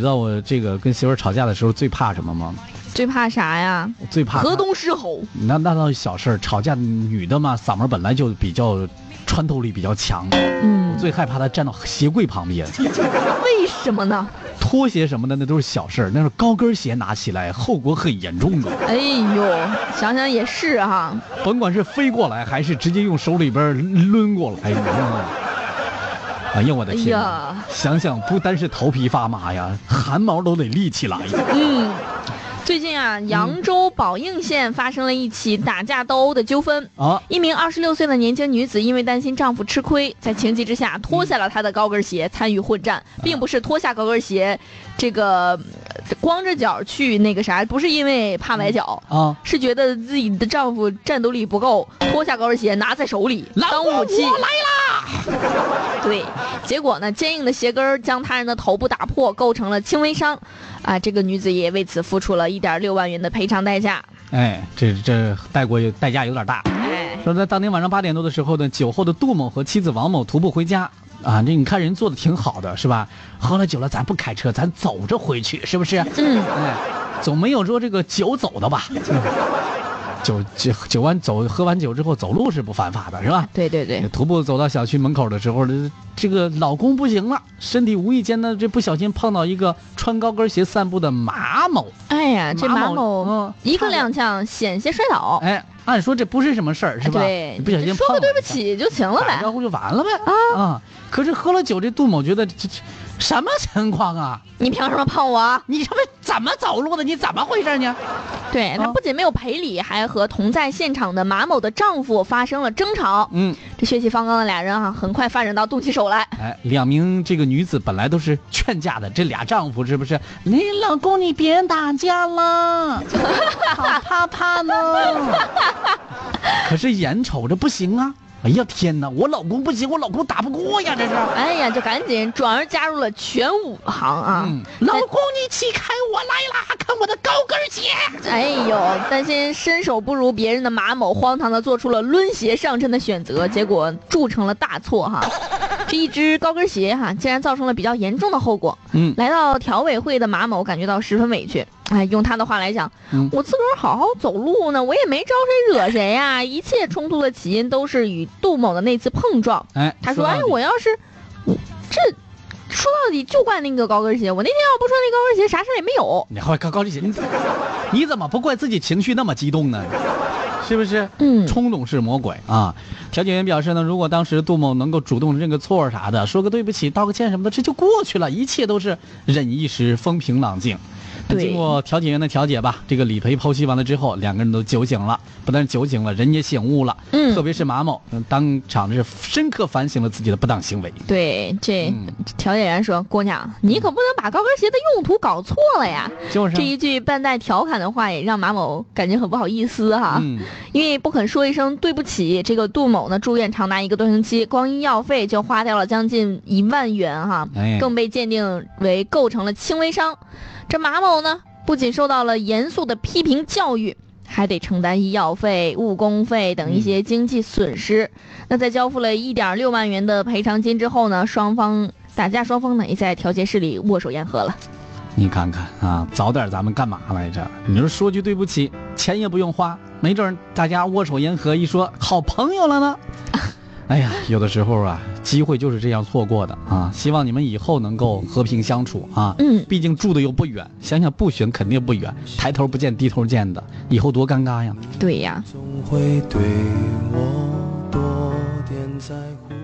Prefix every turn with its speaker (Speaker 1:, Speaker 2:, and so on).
Speaker 1: 你知道我这个跟媳妇儿吵架的时候最怕什么吗？
Speaker 2: 最怕啥呀？
Speaker 1: 我最怕她
Speaker 2: 河东狮吼。
Speaker 1: 那那倒是小事儿，吵架女的嘛，嗓门本来就比较穿透力比较强，
Speaker 2: 嗯，
Speaker 1: 最害怕她站到鞋柜旁 边，
Speaker 2: 为什么呢？
Speaker 1: 拖鞋什么的那都是小事儿，那是高跟鞋拿起来后果很严重的，
Speaker 2: 哎呦，想想也是哈、
Speaker 1: 甭管是飞过来还是直接用手里边儿抡过来，你知道吗？哎呀，我的天
Speaker 2: 哎
Speaker 1: 哪！
Speaker 2: 呀
Speaker 1: 想想不单是头皮发麻呀，汗毛都得立起来呀。
Speaker 2: 嗯，最近啊，扬州宝应县发生了一起打架斗殴的纠纷。
Speaker 1: 啊，
Speaker 2: 一名二十六岁的年轻女子因为担心丈夫吃亏，在情急之下脱下了她的高跟鞋参与混战，并不是脱下高跟鞋，这个呃光着脚去那个啥，不是因为怕崴脚，
Speaker 1: 啊，
Speaker 2: 是觉得自己的丈夫战斗力不够，脱下高跟鞋拿在手里当武器。 对，结果呢，坚硬的鞋跟儿将他人的头部打破，构成了轻微伤，啊，这个女子也为此付出了一点六万元的赔偿代价。
Speaker 1: 哎，这这代过代价有点大。
Speaker 2: 哎，
Speaker 1: 说在当天晚上八点多的时候呢，酒后的杜某和妻子王某徒步回家啊，这你看人做的挺好的是吧？喝了酒了，咱不开车，咱走着回去，是不是？
Speaker 2: 嗯，
Speaker 1: 哎，总没有说这个酒走的吧？ 酒酒酒完走，喝完酒之后走路是不犯法的，是吧？
Speaker 2: 对对对，
Speaker 1: 徒步走到小区门口的时候，这这个老公不行了，身体无意间呢，这不小心碰到一个穿高跟鞋散步的马某，
Speaker 2: 哎呀，这马
Speaker 1: 马
Speaker 2: 某
Speaker 1: 某嗯
Speaker 2: 一个
Speaker 1: 差点
Speaker 2: 踉跄，险些摔倒。
Speaker 1: 哎，按说这不是什么事儿，是吧？
Speaker 2: 哎对，
Speaker 1: 你不小心
Speaker 2: 就说
Speaker 1: 碰了
Speaker 2: 个对
Speaker 1: 一
Speaker 2: 不
Speaker 1: 下
Speaker 2: 起就行了
Speaker 1: 打
Speaker 2: 呗
Speaker 1: 个。招呼就完了呗。啊可是喝了酒，这杜某觉得这这什么情况啊？
Speaker 2: 你凭什么碰我？
Speaker 1: 你他妈怎么走路的？你怎么回事呢？
Speaker 2: 对他
Speaker 1: 啊
Speaker 2: 不仅没有赔礼，还和同在现场的马某的丈夫发生了争吵。
Speaker 1: 嗯，
Speaker 2: 这血气方刚的俩人啊，很快发展到动起手来。
Speaker 1: 哎，两名这个女子本来都是劝架的，这俩丈夫是不是？你老公你别打架了，好怕怕呢。 可是眼瞅着不行啊！哎呀天哪，我老公不行，我老公打不过呀，这是。
Speaker 2: 哎呀，就赶紧转而加入了全武行啊！
Speaker 1: 嗯，老公你起开，我来啦，看我的高跟鞋。
Speaker 2: 哎呦，担心身手不如别人的马某，荒唐的做出了抡鞋上阵的选择，结果铸成了大错哈。这一只高跟鞋哈，竟然造成了比较严重的后果。
Speaker 1: 嗯
Speaker 2: 来到调委会的马某感觉到十分委屈，哎，用他的话来讲，
Speaker 1: 嗯
Speaker 2: 我自个儿好好走路呢，我也没招谁惹谁呀、一切冲突的起因都是与杜某的那次碰撞。
Speaker 1: 哎，
Speaker 2: 他说：“
Speaker 1: 到
Speaker 2: 哎，
Speaker 1: 底
Speaker 2: 我要是这说到底就怪那个高跟鞋，我那天要不穿那高跟鞋，啥事儿也没有。
Speaker 1: 你还高高 丽姐，你怎么你怎么不怪自己情绪那么激动呢？是不是？
Speaker 2: 嗯
Speaker 1: 冲动是魔鬼啊！调解员表示呢，如果当时杜某能够主动认个错儿啥的，说个对不起、道个歉什么的，这就过去了，一切都是忍一时风平浪静。那
Speaker 2: 对
Speaker 1: 经过调解员的调解吧，这个理赔剖析完了之后，两个人都酒醒了，不但是酒醒了，人也醒悟了。
Speaker 2: 嗯
Speaker 1: 特别是马某，嗯当场是深刻反省了自己的不当行为。
Speaker 2: 对，这
Speaker 1: 嗯
Speaker 2: 调解员说：“姑娘，你可不能把高跟鞋的用途搞错了呀。”
Speaker 1: 就是啊
Speaker 2: 这一句半带调侃的话，也让马某感觉很不好意思哈、
Speaker 1: 嗯，
Speaker 2: 因为不肯说一声对不起，这个杜某呢住院长达一个多星期，光医药费就花掉了将近一万元哈、
Speaker 1: 哎，
Speaker 2: 更被鉴定为构成了轻微伤。这马某呢，不仅受到了严肃的批评教育，还得承担医药费、误工费等一些经济损失。那在交付了一点六万元的赔偿金之后呢，双方打架双方呢也在调解室里握手言和了。
Speaker 1: 你看看啊，早点咱们干嘛来着？你说说句对不起，钱也不用花，没准儿大家握手言和，一说好朋友了呢。哎呀，有的时候啊，机会就是这样错过的啊！希望你们以后能够和平相处啊。
Speaker 2: 嗯
Speaker 1: 毕竟住的又不远，想想不远肯定不远，抬头不见低头见的，以后多尴尬呀！
Speaker 2: 对呀。
Speaker 3: 总会对我多点在乎。